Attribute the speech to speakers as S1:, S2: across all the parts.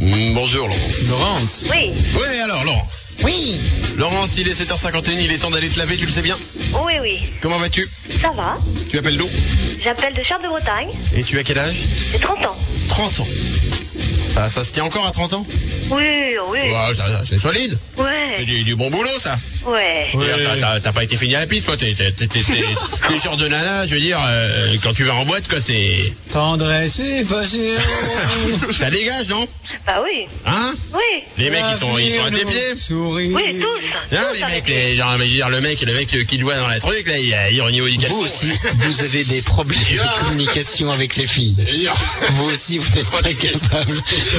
S1: Mm, Bonjour Laurence.
S2: Laurence
S3: Oui,
S1: Oui, alors Laurence.
S3: oui,
S1: Laurence, il est 7h51, il est temps d'aller te laver, tu le sais bien.
S3: oui, oui,
S1: Comment vas-tu
S3: ça va.
S1: Tu appelles d'où
S3: J'appelle de Charles de Bretagne,
S1: Et tu as quel âge
S3: j'ai 30 ans.
S1: 30 ans. Ça, ça se tient encore à 30 ans
S3: Oui, oui,
S1: Ouais, ça- ça- C'est solide. C'est
S3: ouais,
S1: du, du bon boulot ça.
S3: ouais.
S1: Je veux dire, t'as- T'as t'as pas été fini à la piste, toi. T'es t'es- t'es- t'es- t'es- t'es genre de nana, je veux dire, euh, quand tu vas en boîte, quoi, c'est.
S2: Tendresse et patience.
S1: Ça dégage, non
S3: Bah oui,
S1: Hein
S3: oui,
S1: Les mecs, ils sont, ils sont à tes
S2: L'avenir
S1: pieds.
S2: nous Sourit.
S3: oui, tous.
S1: Hein,
S3: tous
S1: les
S3: à
S1: mecs,
S3: la
S1: les, genre, mais je veux dire, le mec, le mec euh, qui doit dans la truc, là, il a- il est au niveau du casson.
S4: Vous aussi, vous avez des problèmes
S1: Ah.
S4: de communication avec les filles.
S1: Je veux dire,
S4: Vous aussi, vous n'êtes pas capable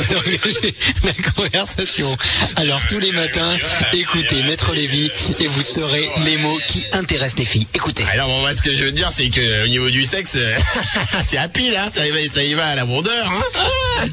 S4: d'engager la conversation. Alors, tous les matins, écoutez Maître Lévy et vous saurez les mots qui intéressent les filles. Écoutez.
S1: Alors bon, moi, ce que je veux dire, c'est que euh, au niveau du sexe, euh, c'est à pile, hein, ça y va, ça y va à la bondeur, hein.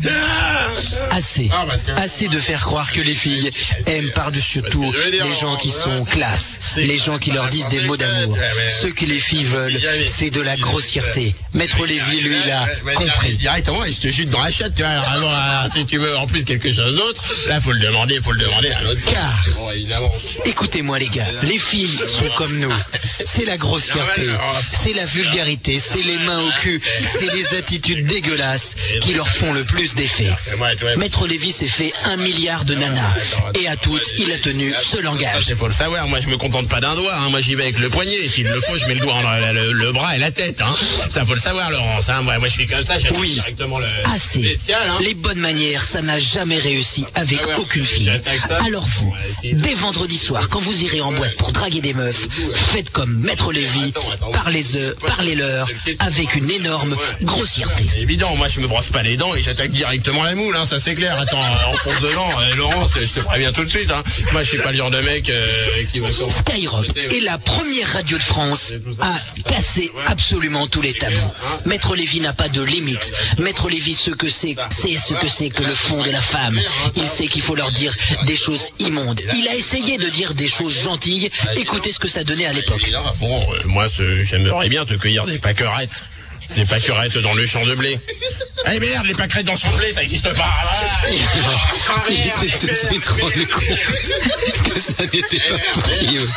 S4: Assez.
S1: Ah, parce que-
S4: Assez de faire croire que les filles aiment par-dessus tout
S1: je veux dire,
S4: les gens qui sont classe,
S1: c'est
S4: les
S1: que-
S4: gens qui leur disent des mots d'amour.
S1: Ouais, mais-
S4: Ce que les filles veulent, c'est de la grossièreté. Maître Lévy, lui, il a
S1: Ouais, ouais,
S4: compris.
S1: Directement, il te jute dans la chatte, tu vois. Alors, avant, alors, si tu veux en plus quelque chose d'autre, là, faut le demander, faut le demander à l'autre.
S4: Car-
S1: Bon, évidemment.
S4: Écoutez-moi les gars, les filles sont comme nous. C'est la grossièreté, c'est la vulgarité, c'est les mains au cul, c'est les attitudes dégueulasses qui leur font le plus d'effet.
S1: Et moi, Ah, tu vois,
S4: Maître Lévy s'est fait un milliard de nanas et à toutes il a tenu ce
S1: Ah, Ça,
S4: langage.
S1: c'est faut le savoir. Moi, je me contente pas d'un doigt. hein. Moi, j'y vais avec le poignet. Et S'il le faut, je mets le doigt dans la- le, le bras et la tête. Hein. Ça, faut le savoir, Laurence. Hein. Moi, moi, je suis comme ça. J'attaque
S4: Oui.
S1: directement le le
S4: Assez.
S1: bestial. Hein.
S4: Les bonnes manières, ça n'a jamais réussi avec aucune fille. Alors vous, dès vendredi soir, quand vous irez en boîte pour draguer des meufs, faites comme Maître Lévy, parlez-eux, parlez-leur, avec une énorme grossièreté.
S1: C'est évident. Moi, je me brosse pas les dents et j'attaque directement la moule. Hein. Ça, c'est clair. Attends, en fonce de dents. euh, Laurence, je te préviens tout de suite. Hein. Moi, je suis pas le genre de mec euh, qui va sur-
S4: Skyrock est la première radio de France à casser absolument tous les tabous. Maître Lévy n'a pas de limite. Maître Lévy ce que c'est, c'est ce que c'est que le fond de la femme. Il sait qu'il faut leur dire des choses immondes. Il a essayé de dire des choses gentilles. Écoutez ce que ça donnait à l'époque.
S1: Et là, bon, euh, moi, ce- j'aimerais bien te cueillir des pâquerettes. Des pâquerettes dans le champ de blé. Eh merde, les pâquerettes dans le champ de blé, ça existe pas. Ah,
S4: Il s'est tout de suite rendu compte que ça n'était pas possible.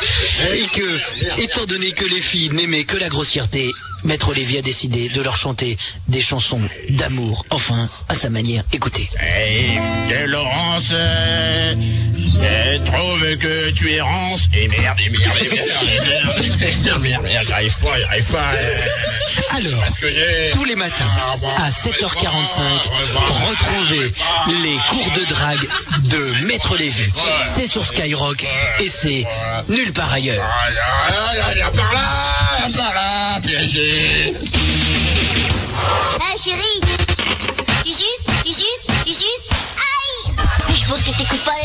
S4: Et que, étant donné que les filles n'aimaient que la grossièreté, Maître Lévy a décidé de leur chanter des chansons d'amour, enfin, à sa manière. Écoutez.
S1: Hey, de Eh, Laurence, euh, je trouve que tu es rance. Et merde, et merde, et merde, et merde, et merde, merde, merde, j'arrive pas, j'arrive pas. euh,
S4: Alors,
S1: parce que j'ai...
S4: tous les matins, à 7h45, retrouvez les cours de drague de Maître Lévy. C'est sur Skyrock et c'est nulle part ailleurs.
S1: Ah, là, là, là, par là, par là, piégé.
S5: Hé chérie Tu suces Tu suces Tu suces Aïe Mais je pense que t'écoutes pas